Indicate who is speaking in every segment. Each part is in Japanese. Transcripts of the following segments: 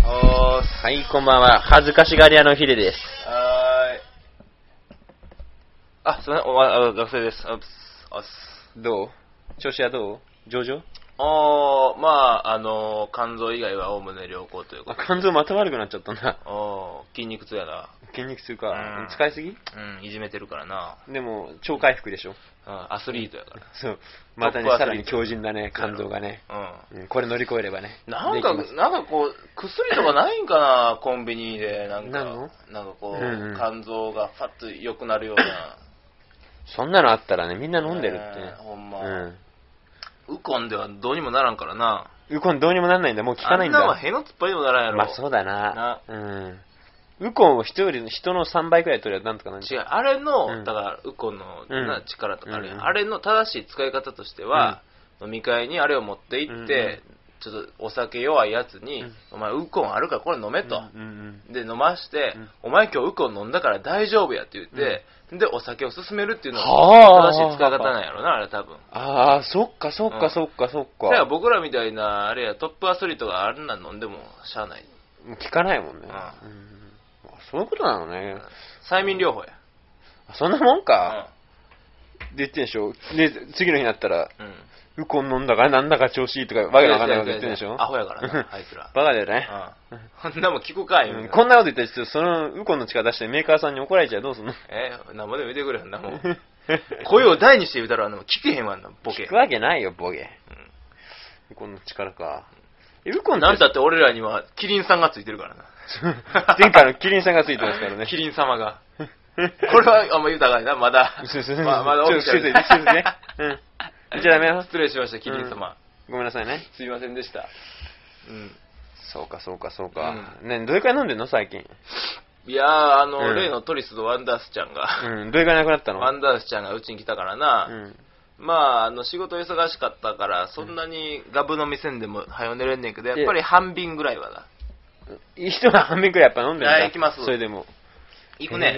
Speaker 1: はい、こんばんは。恥ずかしがり屋のヒデです。
Speaker 2: はーい。あ、すみません、おああ学生です。あっすあっす
Speaker 1: どう調子はどう上々
Speaker 2: おー、まあ、あのー、肝臓以外はおおむね良好というこ
Speaker 1: あ、
Speaker 2: とで。
Speaker 1: 肝臓また悪くなっちゃったな。
Speaker 2: おー、筋肉痛やな。
Speaker 1: 筋肉痛
Speaker 2: う
Speaker 1: か
Speaker 2: ん。
Speaker 1: 使いすぎ
Speaker 2: うん、いじめてるからな。
Speaker 1: でも、超回復でしょ。
Speaker 2: うん、アスリートやか
Speaker 1: そう。またね、
Speaker 2: トップアスリート
Speaker 1: さらに強靭だね、肝臓がね。
Speaker 2: ら。うん。
Speaker 1: うんこれ乗り越えればね。
Speaker 2: なんか
Speaker 1: でき、ま
Speaker 2: なんかこう、薬とかないんかな、コンビニで。なんか、
Speaker 1: なんの
Speaker 2: なんかこ
Speaker 1: う
Speaker 2: う、
Speaker 1: んうん
Speaker 2: 肝臓がファッと良くなるような。
Speaker 1: すそんなのあったらね、みん な飲んでるってね
Speaker 2: ね。ほんま。
Speaker 1: うん。
Speaker 2: ウコンではどうにもならんからな。
Speaker 1: ウコンどうにもなんないんだ、もう効かないんだ。
Speaker 2: あんなんはへのつっぱりにもならんやろ。
Speaker 1: まあそうだな。うん。ウコンを人より、人の3倍くらい取ればなんとかなるんじ
Speaker 2: 違
Speaker 1: ゃ
Speaker 2: う、あれの、
Speaker 1: うん
Speaker 2: だから、ウコンの、
Speaker 1: うん
Speaker 2: な力とかあるやん、
Speaker 1: うん
Speaker 2: あれの正しい使い方としては、飲み会にあれを持って行って、ちょっとお酒弱いやつに、
Speaker 1: うん
Speaker 2: お前、ウコンあるからこれ飲めと。
Speaker 1: うんうん
Speaker 2: で、飲まして、
Speaker 1: うん
Speaker 2: お前今日ウコン飲んだから大丈夫やって言って、で、お酒を進めるっていうの
Speaker 1: は
Speaker 2: が
Speaker 1: あ
Speaker 2: 正しい使い方なんやろな、あれ多分。
Speaker 1: ああ、そっかそっ
Speaker 2: う
Speaker 1: か
Speaker 2: ん
Speaker 1: そっかそっ
Speaker 2: だから
Speaker 1: か。
Speaker 2: 僕らみたいな、あれや、トップアスリートがあんなん飲んでもしゃあない。
Speaker 1: もう効かないもんね。
Speaker 2: う
Speaker 1: うんんあそういうことなのね。
Speaker 2: 催眠療法や。
Speaker 1: あそんなもん
Speaker 2: う
Speaker 1: か。
Speaker 2: ん
Speaker 1: で言ってんでしょ。で、次の日になったら、
Speaker 2: うん。
Speaker 1: ウコン飲んだからなんだか調子いいとか、わけのわかんないこと言ってんでしょ。
Speaker 2: アホやから な、あいつら。
Speaker 1: バカだよね。
Speaker 2: うんそんなもん聞くかい、
Speaker 1: うん
Speaker 2: みたい
Speaker 1: こ
Speaker 2: なん
Speaker 1: なこと言ったらちょっと、そのウコンの力出してメーカーさんに怒られちゃうどうすんの
Speaker 2: え生で見てくれよんな もん 声を大にして言うたらあんなもん聞けへんわあんなボケ
Speaker 1: 聞くわけないよ、ボケ。ウコンの力か。え、ウコンって
Speaker 2: なんたって俺らにはキリンさんがついてるから な
Speaker 1: 前回のキリンさんがついてますから ね。
Speaker 2: キリン様がこれはあんま言うたらあかんなまだ
Speaker 1: そう そうそう
Speaker 2: ままだ
Speaker 1: ちょ
Speaker 2: オ
Speaker 1: っ
Speaker 2: フ
Speaker 1: と
Speaker 2: ィシャ
Speaker 1: 伏せ
Speaker 2: ル
Speaker 1: て、伏せ
Speaker 2: で
Speaker 1: てね。うん。言っちゃダメよ。
Speaker 2: 失礼しましたキリン様、
Speaker 1: ごめんなさいね。
Speaker 2: すいませんでしたうん
Speaker 1: そうか、そうか、そうか。ね、どれくらい飲んでんの最近。
Speaker 2: いやーあの、
Speaker 1: うん
Speaker 2: 例のトリスとワンダースちゃんが、
Speaker 1: うん。どれくらいなくなったの
Speaker 2: ワンダースちゃんがうちに来たからな、
Speaker 1: うん。
Speaker 2: まあ、あの仕事忙しかったから、そんなにガブ飲みせんでも早寝れんねんけど、やっぱり半瓶ぐらいはな。
Speaker 1: いい人が半分くらいやっぱ飲んでるんだ。
Speaker 2: はい行きます
Speaker 1: それでも。
Speaker 2: いくね。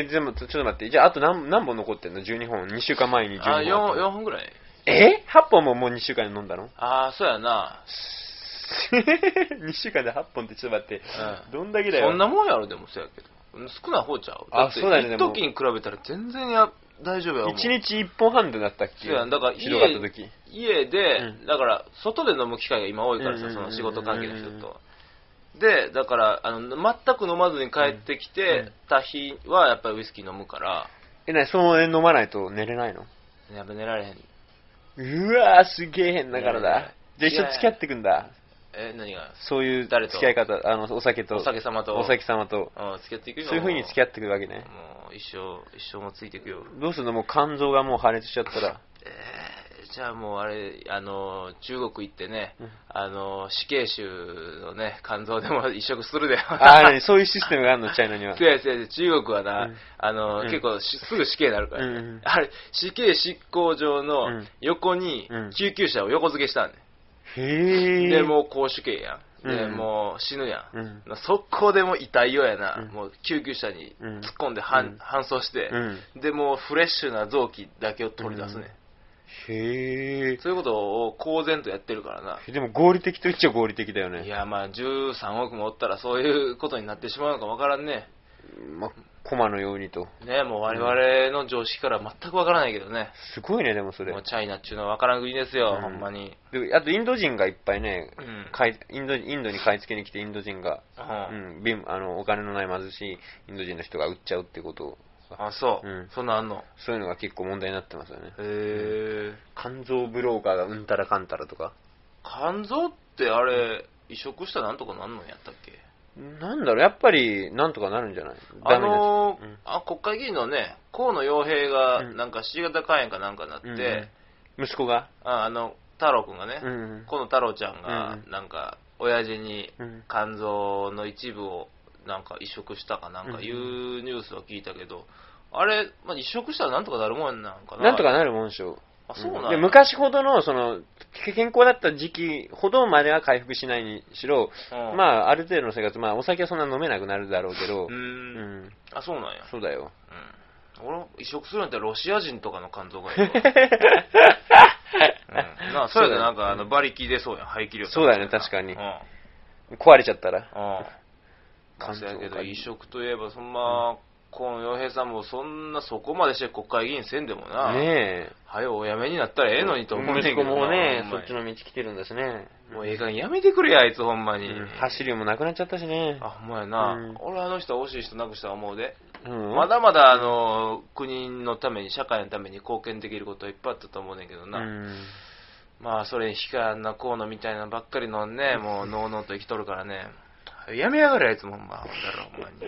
Speaker 1: えー、でも、ちょっと待って。じゃあ、あと何何本残ってんの ?12 本。2週間前に
Speaker 2: あ、
Speaker 1: 12本。
Speaker 2: 4、4本ぐらい。
Speaker 1: え ?8 本ももう2週間で飲んだの
Speaker 2: ああ、そうやな。
Speaker 1: ?2 週間で8本ってちょっと待って。
Speaker 2: うん
Speaker 1: どんだけだよ。
Speaker 2: そんなもんやろ、でもそうやけど。少ない方ちゃう。
Speaker 1: あ
Speaker 2: だって
Speaker 1: そうだよねで
Speaker 2: 一
Speaker 1: も
Speaker 2: 時に比べたら全然や大丈夫やもん。
Speaker 1: 1日1本半でなったっけ
Speaker 2: そうやんだから家
Speaker 1: ひどかった時。
Speaker 2: 家で、
Speaker 1: うん
Speaker 2: だから、外で飲む機会が今多いから
Speaker 1: う
Speaker 2: さ、
Speaker 1: んうん
Speaker 2: そ
Speaker 1: うんう
Speaker 2: の
Speaker 1: ん
Speaker 2: 仕事関係の人と。で、だから、あの、全く飲まずに帰ってき
Speaker 1: うんう
Speaker 2: て
Speaker 1: ん
Speaker 2: た日は、やっぱりウイスキー飲むから、
Speaker 1: え、なに、そのまま飲まないと寝れないの
Speaker 2: やっぱ寝られへん。
Speaker 1: うわー、すげえ変な体だ。
Speaker 2: いや
Speaker 1: じゃあ一
Speaker 2: いや
Speaker 1: 緒付き合ってくんだ。
Speaker 2: え、何が
Speaker 1: そういう
Speaker 2: 誰
Speaker 1: 付
Speaker 2: と
Speaker 1: き合い方、あの、お酒と。
Speaker 2: お酒様と
Speaker 1: お酒様と。
Speaker 2: うん、付き合っていくよ。
Speaker 1: そういう風に付き合ってくるわけね。
Speaker 2: もう、一生、一生もついていくよ。
Speaker 1: どうすんのもう肝臓がもう破裂しちゃった ら。
Speaker 2: えーじゃあもうあれ、あの、中国行ってね
Speaker 1: うん、
Speaker 2: あの、死刑囚のね、肝臓で も移植するで。
Speaker 1: あ あ、そういうシステムがあるの、チャイナには
Speaker 2: そ。うやそうや中国はな、
Speaker 1: うん
Speaker 2: あの、
Speaker 1: うん
Speaker 2: 結構しすぐ死刑になるから、
Speaker 1: うんうん
Speaker 2: あれ、死刑執行場
Speaker 1: う
Speaker 2: の
Speaker 1: ん
Speaker 2: 横に
Speaker 1: うん
Speaker 2: 救急車を横付けしたんね、
Speaker 1: へえ。
Speaker 2: で、もう公主刑やん。で、
Speaker 1: うん
Speaker 2: もう死ぬやん。
Speaker 1: うん。
Speaker 2: 速攻でもう遺体用やな、
Speaker 1: うん
Speaker 2: もう救急車に
Speaker 1: うん
Speaker 2: 突っ込んで、はん
Speaker 1: うん
Speaker 2: 搬送して、
Speaker 1: うん。
Speaker 2: でもうフレッシュな臓器だけを取り出すね、
Speaker 1: へえ。
Speaker 2: そういうことを公然とやってるからな、
Speaker 1: でも合理的と言っちゃ合理的だよね。
Speaker 2: いやまあ13億もおったらそういうことになってしまうのかわからんね
Speaker 1: まあ、コマのようにと。
Speaker 2: ねもう我々の常識から全くわからないけどね、
Speaker 1: すごいね、でもそれ
Speaker 2: もう。チャイナっちゅうのはわからん国ですよ、
Speaker 1: うん
Speaker 2: ほんまに、
Speaker 1: であと、インド人がいっぱいね、
Speaker 2: うん
Speaker 1: 買いインドインドに買い付けに来て、インド人が、
Speaker 2: うん
Speaker 1: うん、貧あのお金のない貧しいインド人の人が売っちゃうってことが
Speaker 2: あそう、
Speaker 1: うん
Speaker 2: そんなんあんの
Speaker 1: そういうのが結構問題になってますよね。
Speaker 2: へえ
Speaker 1: 肝臓ブローカーがうんたらかんたらとか。
Speaker 2: 肝臓ってあれ移植したらなんとかなんのんやったっけ
Speaker 1: なんだろう、やっぱり、なんとかなるんじゃない
Speaker 2: あ
Speaker 1: ダメなや
Speaker 2: のー
Speaker 1: うん
Speaker 2: あ国会議員のね、河野洋平が、
Speaker 1: うん
Speaker 2: なんか C 型肝炎かなんかになって、
Speaker 1: うんうん息子が。
Speaker 2: ああの、太郎くんがね、
Speaker 1: うんうん。
Speaker 2: 河野太郎ちゃんが
Speaker 1: う、ん
Speaker 2: なんか、親父に
Speaker 1: うん
Speaker 2: 肝臓の一部を、なんか移植したかなんかいうニュースは聞いたけど、あれ、まあ、移植したらなんとかなるもんなんかな。
Speaker 1: なんとかなるもんでしょ
Speaker 2: あそうなんや
Speaker 1: で昔ほどのそのけ健康だった時期ほどまでは回復しないにしろ、
Speaker 2: うん
Speaker 1: まあ、ある程度の生活、まあ、お酒はそんな飲めなくなるだろうけど、
Speaker 2: うー、
Speaker 1: うんん、
Speaker 2: あ、そうなんや。
Speaker 1: そうだよ。
Speaker 2: うん。俺、移植するんやったらロシア人とかの肝 臓がいいわうん、なあそれでなんか、あの馬力出そうやん、排気量
Speaker 1: そうだよね確かに
Speaker 2: うん
Speaker 1: 壊れちゃったら。
Speaker 2: あまあ
Speaker 1: 環境
Speaker 2: そやけど、
Speaker 1: 管理
Speaker 2: 移植といえば、そんな、河野洋平さんもそんなそこまでして国会議員せんでもな、
Speaker 1: ねえ。
Speaker 2: はよおやめになったらええのにと思うねん
Speaker 1: 息
Speaker 2: けど
Speaker 1: 子
Speaker 2: な
Speaker 1: もね、
Speaker 2: ほん
Speaker 1: そ
Speaker 2: ま
Speaker 1: っ
Speaker 2: に
Speaker 1: ちの道来てるんですね。
Speaker 2: もうええ加減やめてくれや、あいつほんま
Speaker 1: う
Speaker 2: に。
Speaker 1: ん走りもなくなっちゃったしね。
Speaker 2: あ、ほんまやな。
Speaker 1: うん
Speaker 2: 俺あの人は惜しい人なくしたら思うで。
Speaker 1: うん
Speaker 2: まだまだあの、国のために、社会のために貢献できることはいっぱいあったと思うねんけどな。
Speaker 1: うん
Speaker 2: まあ、それに悲観な河野みたいなばっかりのね、もう、のうのうと生きとるからね。 やめやがれ、あいつもほんま。だろ、ほんまに。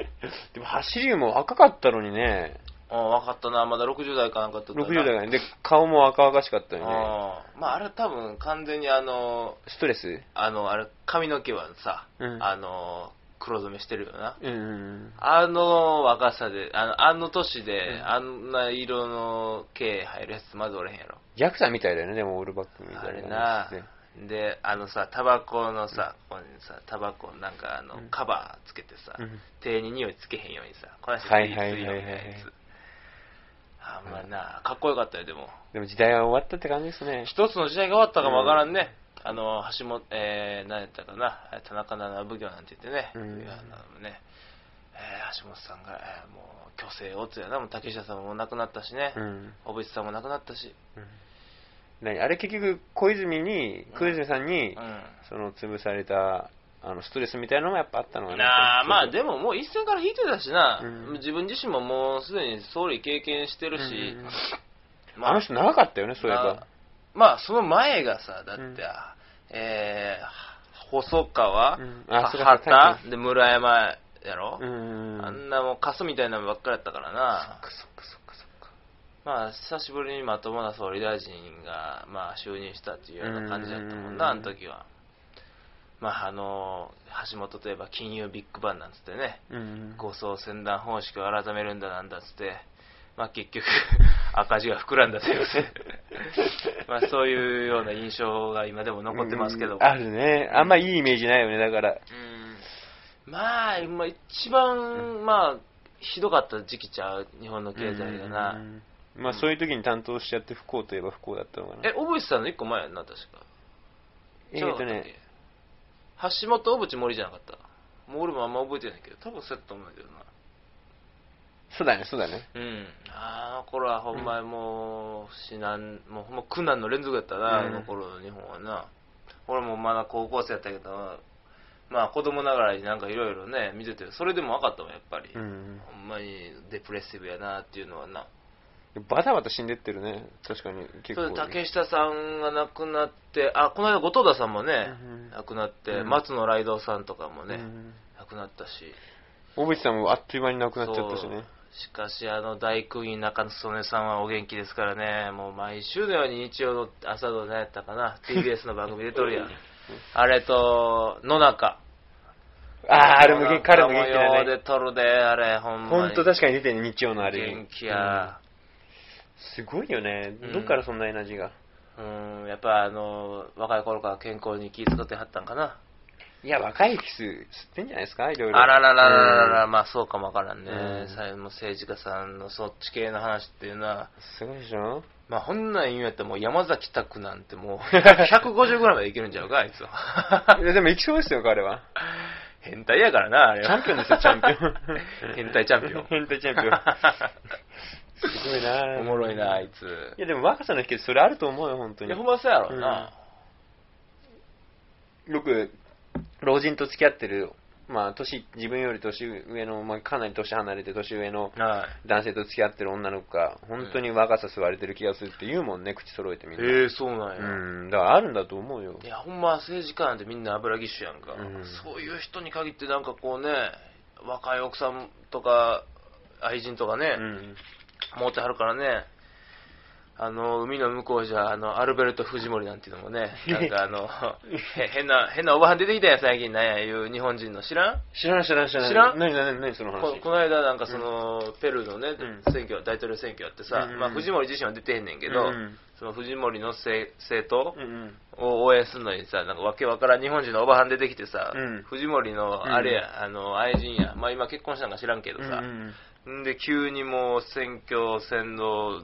Speaker 1: でも走りも赤かったのにね。
Speaker 2: ああ、わかったな。まだ60代かなんかって
Speaker 1: 60代がね。で、顔も赤々しかったよね。
Speaker 2: ああまあ、あれ多分完全にあの、
Speaker 1: ストレス
Speaker 2: あの、あれ、髪の毛はさ、
Speaker 1: うん
Speaker 2: あの、黒染めしてるよな。
Speaker 1: うんうん
Speaker 2: あの若さで、あのあの年で、
Speaker 1: うん
Speaker 2: あんな色の毛入るやつまずおれへんやろ。
Speaker 1: ギャクさんみたいだよね、でもオールバックみたいな
Speaker 2: あ
Speaker 1: 感じ
Speaker 2: れ
Speaker 1: で。
Speaker 2: なで、あのさ、タバコのさ、ここにさ、タバコなんかあの
Speaker 1: うん、
Speaker 2: カバーつけてさ、
Speaker 1: うん
Speaker 2: 手に匂いつけへんようにさ、こうやって
Speaker 1: はいはいはいはい
Speaker 2: ついてるやつ。あんまな、かっこよかったよ、でも。
Speaker 1: でも時代は終わったって感じですね。
Speaker 2: 一つの時代が終わったかもわからんね。あの、橋本、えー、何やったかな、田中七奉行なんて言ってね、
Speaker 1: うん
Speaker 2: いうあのね、えー橋本さんが、えーもう、虚勢をつやな、もう竹下さんも亡くなったしね
Speaker 1: う、ん。
Speaker 2: 小渕さんも亡くなったし、
Speaker 1: うん何あれ結局、小泉に、小泉さん
Speaker 2: う
Speaker 1: に、
Speaker 2: ん。
Speaker 1: その潰された、あの、ストレスみたいなのもやっぱあったのか
Speaker 2: なあまあ
Speaker 1: も、
Speaker 2: でももう一線から引いてたしな、
Speaker 1: うん
Speaker 2: 自分自身ももうすでに総理経験してるし、
Speaker 1: うん
Speaker 2: ま
Speaker 1: あの人長かったよね、そういえ
Speaker 2: ま
Speaker 1: ば
Speaker 2: あ。まあその前がさだって、
Speaker 1: うん
Speaker 2: えー細川、
Speaker 1: うんあそうか
Speaker 2: 畑で村山やろ、
Speaker 1: うん。
Speaker 2: あんなもうカスみたいなのばっかりやったから
Speaker 1: そ
Speaker 2: な
Speaker 1: っかそっかそっかそっか。
Speaker 2: まあ久しぶりにまともな総理大臣がまあ就任したっていうような感じだったもん
Speaker 1: うん
Speaker 2: な、あの時はまああの橋本といえば金融ビッグバンなんつってね
Speaker 1: うん。
Speaker 2: 護送船団方式を改めるんだなんだっつって、まあ、結局 赤字が膨らんだという ねまあそういうような印象が今でも残ってますけども
Speaker 1: うんあるね。あんまいいイメージないよね、だから。
Speaker 2: うんまあ今一番まあひどかった時期ちゃう日本の経済が
Speaker 1: う
Speaker 2: なん
Speaker 1: まあ、そういう時に担当しちゃって不幸といえば不幸だったのかな。
Speaker 2: え小渕さんの一個前やんな確か
Speaker 1: え
Speaker 2: 違う
Speaker 1: ー
Speaker 2: かった
Speaker 1: と
Speaker 2: っけ
Speaker 1: ね、
Speaker 2: 橋本小渕森じゃなかったもう俺もあんま覚えてないけど多分そうやったと思うんだけどな
Speaker 1: そうだね、そうだね。
Speaker 2: うん、あの頃はほんまにもう、至難、もうほんま苦難の連続やったな、
Speaker 1: うん
Speaker 2: あの頃の日本はな。俺もまだ高校生やったけど、まあ子供ながらになんかいろいろね、見てて、それでも分かったもん、やっぱり。
Speaker 1: うん。
Speaker 2: ほんまにデプレッシブやなっていうのはな。
Speaker 1: バタバタ死んでってるね、確かに。結
Speaker 2: それ
Speaker 1: 構。
Speaker 2: で竹下さんが亡くなって、あ、この間後藤田さんもね、
Speaker 1: うん
Speaker 2: 亡くなって、
Speaker 1: うん
Speaker 2: 松野雷道さんとかもね、
Speaker 1: うん
Speaker 2: 亡くなったし。
Speaker 1: 小渕さんもあっという間に亡くなっちゃったしね。
Speaker 2: そうしかし、あの大工員中野曽根さんはお元気ですからね、もう毎週のように日曜の朝の何やったかな、TBS の番組出 とるやん。あれと、野中。
Speaker 1: ああ、あれも元気、彼も元気だ
Speaker 2: 野中もよう
Speaker 1: ね。
Speaker 2: 出とるで、あれ、ほんまに。
Speaker 1: 本当確かに出てるね、日曜のあれに。
Speaker 2: 元気や。
Speaker 1: すごいよね
Speaker 2: うん。
Speaker 1: どっからそんなエナジーが。
Speaker 2: うん、やっぱあの、若い頃から健康に気遣ってはったんかな。
Speaker 1: いや、若いキス吸ってんじゃないですか、いろいろ。
Speaker 2: あらららららら、
Speaker 1: うん
Speaker 2: まあそうかもわからんね。
Speaker 1: うん
Speaker 2: さもう政治家さんのそっち系の話っていうのは、
Speaker 1: すごいでしょ
Speaker 2: まあ、ほんなん言うんやったらもう山崎拓なんてもう、150ぐらいまでいけるんちゃうか、あいつは。
Speaker 1: いや、でも行きそうですよ、彼は。
Speaker 2: 変態やからな、あれ
Speaker 1: チ
Speaker 2: は
Speaker 1: ャンピオンですよ、チャンピオ ン。
Speaker 2: 変態チャンピオン
Speaker 1: 変態チャンピオン。 すごいな
Speaker 2: おもろいな、あいつ。
Speaker 1: いや、でも若さの秘訣、それあると思うよ、本当
Speaker 2: い
Speaker 1: に
Speaker 2: や、ほ。んまそうやろうな。
Speaker 1: 僕、老人と付き合ってる、まあ、年、自分より年上の、まあ、かなり年離れて年上の
Speaker 2: はい。
Speaker 1: 男性と付き合ってる女の子が、本当に若さ吸われてる気がするって言うもんね、口揃えてみんな。
Speaker 2: ええ、そうなんや。
Speaker 1: うん、だからあるんだと思うよ
Speaker 2: い。や、ほんま政治家なんてみんな油ぎっしゅやんか、
Speaker 1: うん
Speaker 2: そういう人に限ってなんかこうね、若い奥さんとか、愛人とかね、
Speaker 1: うん。
Speaker 2: 持ってはるからね、あの、海の向こうじゃ、あの、アルベルト・フジモリなんていうの もね、なんかあの、へ変な、変なおばはん出てきたやん、最近、なんや、いう日本人の知らん
Speaker 1: 知らん、知らん、知らん。
Speaker 2: 知らん
Speaker 1: 何、何、何、その
Speaker 2: こ
Speaker 1: 話。
Speaker 2: この間、なんかその、ペルーのね
Speaker 1: うん、
Speaker 2: 選挙、大統領選挙やってさ、
Speaker 1: うん
Speaker 2: まあ、フジモリ自身は出てへんねんけど、
Speaker 1: うん
Speaker 2: そのフジモリの政政党
Speaker 1: うんうん。
Speaker 2: を応援するのにさ、なんかわけわからん日本人のおばはん出てきてさ、
Speaker 1: うん
Speaker 2: フジモリの、あれや、あの、愛人や、まあ今結婚したんか知らんけどさ、
Speaker 1: うん
Speaker 2: んで、急にもう選挙戦の、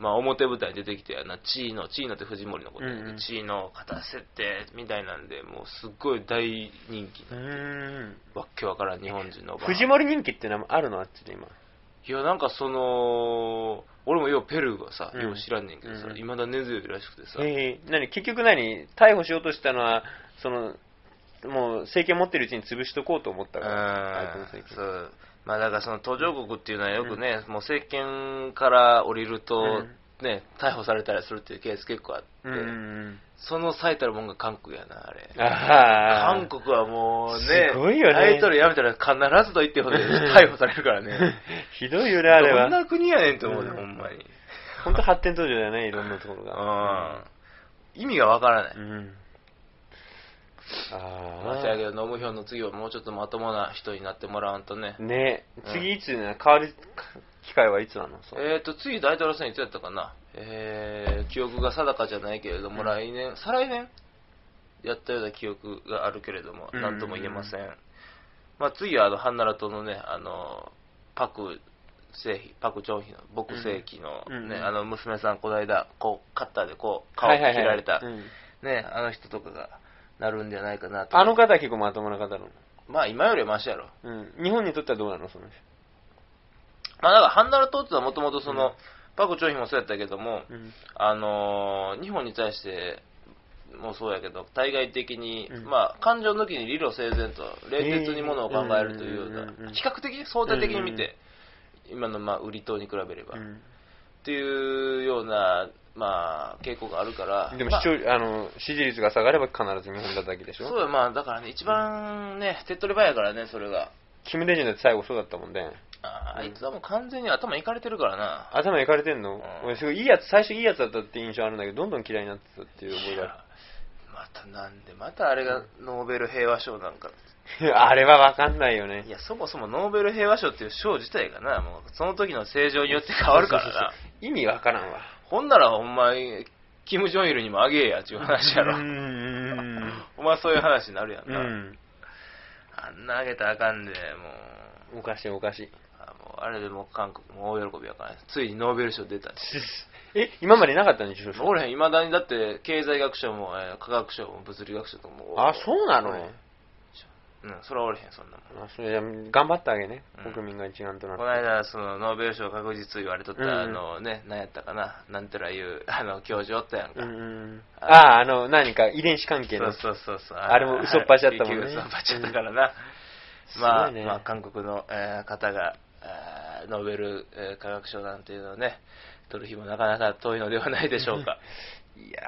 Speaker 2: まあ、表舞台に出てきてやな、チーノ、チーノって藤森のことやけど、
Speaker 1: うんうん
Speaker 2: チーノ勝たせて、みたいなんで、もうすっごい大人気
Speaker 1: うーん。
Speaker 2: わっけわからん日本人のおばはん
Speaker 1: 藤森人気ってのはあるのあっちで今。
Speaker 2: いや、なんかその、俺もようペルーがさ、
Speaker 1: うん
Speaker 2: よう知らんねんけどさ
Speaker 1: う、ん
Speaker 2: いまだ根強いらしくてさ、
Speaker 1: えー、何結局何逮捕しようとしたのは、その、もう政権持ってるうちに潰しとこうと思ったから、
Speaker 2: う
Speaker 1: 相手の
Speaker 2: ん
Speaker 1: 政
Speaker 2: そ
Speaker 1: 権
Speaker 2: うまあだからその途上国っていうのはよくね、もう政権から降りると、ね、逮捕されたりするっていうケース結構あって、
Speaker 1: うんうん
Speaker 2: その最たるもんが韓国やな、あれ。
Speaker 1: うん。ああ。
Speaker 2: 韓国はもうね、
Speaker 1: すごいよね
Speaker 2: アイドルやめたら必ずと言ってほ ど逮捕されるからね。
Speaker 1: ひどいよね、あれ
Speaker 2: どん
Speaker 1: は。
Speaker 2: な国やねんって思うね、
Speaker 1: うん
Speaker 2: ほんまに。
Speaker 1: 本当発展途上だよね、いろんなところが。
Speaker 2: うん。意味がわからない。
Speaker 1: うん。
Speaker 2: まあ
Speaker 1: あ
Speaker 2: せやけど、ノムヒョンの次はもうちょっとまともな人になってもらわんとね
Speaker 1: あ。。ね次
Speaker 2: う
Speaker 1: いつね、変わる機会はいつなのそう。
Speaker 2: えっ、ー、と、次大統領選いつやったかな。えー、記憶が定かじゃないけれども、
Speaker 1: うん
Speaker 2: 来年、再来年やったような記憶があるけれども、
Speaker 1: うん
Speaker 2: なんとも言えません。まあ、次は、あの、ハンナラ党のね、あの、パク、正妃、パク・チョンヒの、僕正妃の
Speaker 1: うんうん
Speaker 2: ね、
Speaker 1: うん
Speaker 2: あの、娘さん、この間、こう、カッターでこう、顔を切られた
Speaker 1: は、いはいはいうん
Speaker 2: ね、あの人とかが、なるんじゃないかなと。
Speaker 1: あの方は結構まともな方なの。
Speaker 2: まあ、今よりはマシやろ。
Speaker 1: うん。日本にとってはどうなのその人。
Speaker 2: まあ、だから、ハンナラ党ってのはもともとその、パク・チョンヒもそうやったけども、
Speaker 1: うん。
Speaker 2: あのー日本に対してもそうやけど、対外的に、
Speaker 1: うん
Speaker 2: まあ、感情抜きに理路整然と、冷徹にものを考えるというよう
Speaker 1: うんうんうんう
Speaker 2: な、
Speaker 1: ん
Speaker 2: 比較的相対的に見て、今のまあ売り党に比べれば、っていうような、まあ、傾向があるから、
Speaker 1: でも
Speaker 2: まあ
Speaker 1: 視聴、あの、支持率が下がれば必ず日本だだけでしょ
Speaker 2: そうや、まあ、だからね、一番ね、手っ取り早いからね、それが。
Speaker 1: キム・デジュンだって最後そうだったもんね。
Speaker 2: あーあいつはもう完全に頭いかれてるからな。
Speaker 1: 頭いかれてんの、
Speaker 2: うん
Speaker 1: 俺すごいいいやつ、最初いいやつだったって印象あるんだけど、どんどん嫌いになってたっていう覚えが
Speaker 2: またなんで、またあれがノーベル平和賞なんか
Speaker 1: ある。 あれはわかんないよね
Speaker 2: い。や、そもそもノーベル平和賞っていう賞自体がな、もうその時の政情によって変わるからな。
Speaker 1: 意味わからんわ。
Speaker 2: ほんなら、お前、キム・ジョンイルにもあげえや、っていう話やろ
Speaker 1: う。ん
Speaker 2: お前そういう話になるやん
Speaker 1: う
Speaker 2: な。
Speaker 1: ん。
Speaker 2: あんなあげたらあかんで、もう、
Speaker 1: おかしいおかし い。
Speaker 2: あもうあれでもう韓国も大喜びやから、ついにノーベル賞出たし。
Speaker 1: え、今までなかったんでしょ
Speaker 2: おらへん、いまだにだって、経済学賞も、えー科学賞も物理学賞とも。
Speaker 1: あ、そうなの
Speaker 2: おらへんうん、それはおれへん、そんなもん。
Speaker 1: あそれじゃ頑張ってあげね
Speaker 2: うん。
Speaker 1: 国民が一丸となって
Speaker 2: この。間、そのノーベル賞確実言われとった、
Speaker 1: うんうん
Speaker 2: あのね、何やったかな、なんてらいう、 あの、教授おったやんか。
Speaker 1: うんうん、ああ、あの、何か遺伝子関係
Speaker 2: そ
Speaker 1: の。
Speaker 2: うそうそうそう
Speaker 1: あれも嘘っぱちだったもんね
Speaker 2: 結局嘘っぱちだったか
Speaker 1: う
Speaker 2: らな、
Speaker 1: ん
Speaker 2: まあ
Speaker 1: すごいね
Speaker 2: まあ、韓国の、えー方があーノーベル、えー科学賞なんていうのをね取る日もなかなか遠いのではないでしょうか
Speaker 1: いやー、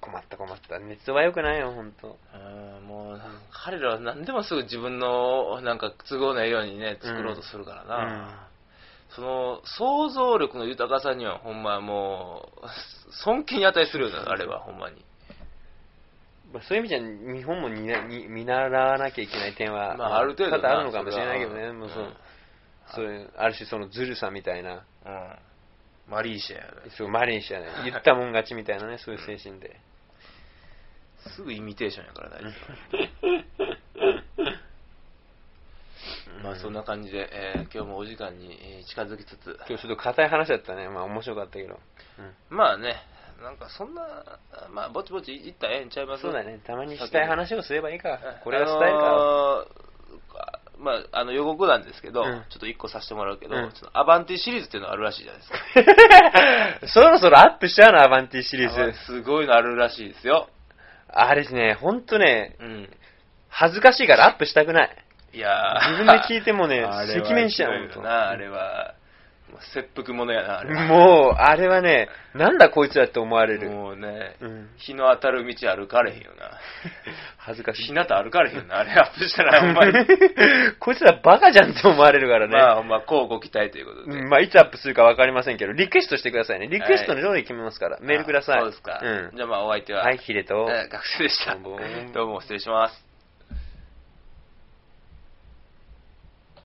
Speaker 1: 困った困った。熱は良くないよ、ほんと。
Speaker 2: うーんもう彼らは何でもすぐ自分のなんか都合のいいようにね作ろうとするからな、その想像力の豊かさにはほんまもう尊敬に値するようなあれはほんまに
Speaker 1: まあ、そういう意味じゃ、日本もになに見習わなきゃいけない点は、
Speaker 2: まあある程
Speaker 1: 多
Speaker 2: 度な
Speaker 1: 々あるのかもしれないけど
Speaker 2: それ
Speaker 1: ね。
Speaker 2: は
Speaker 1: もうそう
Speaker 2: うん
Speaker 1: そういうある種そのずるさみたいな、
Speaker 2: うんマリーシェやね
Speaker 1: そうマリンシアね、言ったもん勝ちみたいなね、そういう精神で。
Speaker 2: すぐイミテーションやから大丈夫まあそんな感じで、えー今日もお時間にえー近づきつつ、
Speaker 1: 今日ちょっと硬い話だったね。まあ面白かったけど。
Speaker 2: まあね、なんかそんな、まあぼちぼちいったらええんちゃいます
Speaker 1: そうだ。ね、たまにしたい話をすればいいか
Speaker 2: あ。
Speaker 1: これがしたいか。
Speaker 2: あのーまあ、あの予告なんですけど、
Speaker 1: うん
Speaker 2: ちょっと1個させてもらうけど、
Speaker 1: うん
Speaker 2: ちょっとアバンティシリーズっていうのがあるらしいじゃないですか。
Speaker 1: そろそろアップしちゃうな、アバンティシリー
Speaker 2: あ
Speaker 1: ズ。
Speaker 2: すごいのあるらしいですよ。
Speaker 1: あれですね、ほんとね、
Speaker 2: うん。
Speaker 1: 恥ずかしいからアップしたくない。
Speaker 2: いやー
Speaker 1: 自分で聞いてもね
Speaker 2: あれは
Speaker 1: 赤面しちゃう
Speaker 2: ひどいよな、あれは。もう切腹者やな、あれは。
Speaker 1: もう、あれはね、なんだこいつらって思われる。
Speaker 2: もうね、
Speaker 1: うん
Speaker 2: 日の当たる道歩かれへんよな。
Speaker 1: 恥ずかしい。
Speaker 2: 日向歩かれへんよな、あれアップしたら、ほんまに。
Speaker 1: こいつらバカじゃんって思われるからね。
Speaker 2: まあ、ほんま、こうご期待ということで。
Speaker 1: うんまあ、いつアップするか分かりませんけど、リクエストしてくださいね。リクエストの上位決めますから、メールください。
Speaker 2: あそうですか。
Speaker 1: うん
Speaker 2: じゃあ、まあ、お相手は、
Speaker 1: はい、ヒデと。
Speaker 2: えー学生でした。
Speaker 1: どうも
Speaker 2: どうも、失礼します。